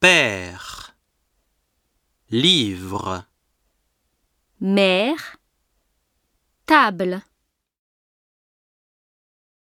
père, livre. mère, table.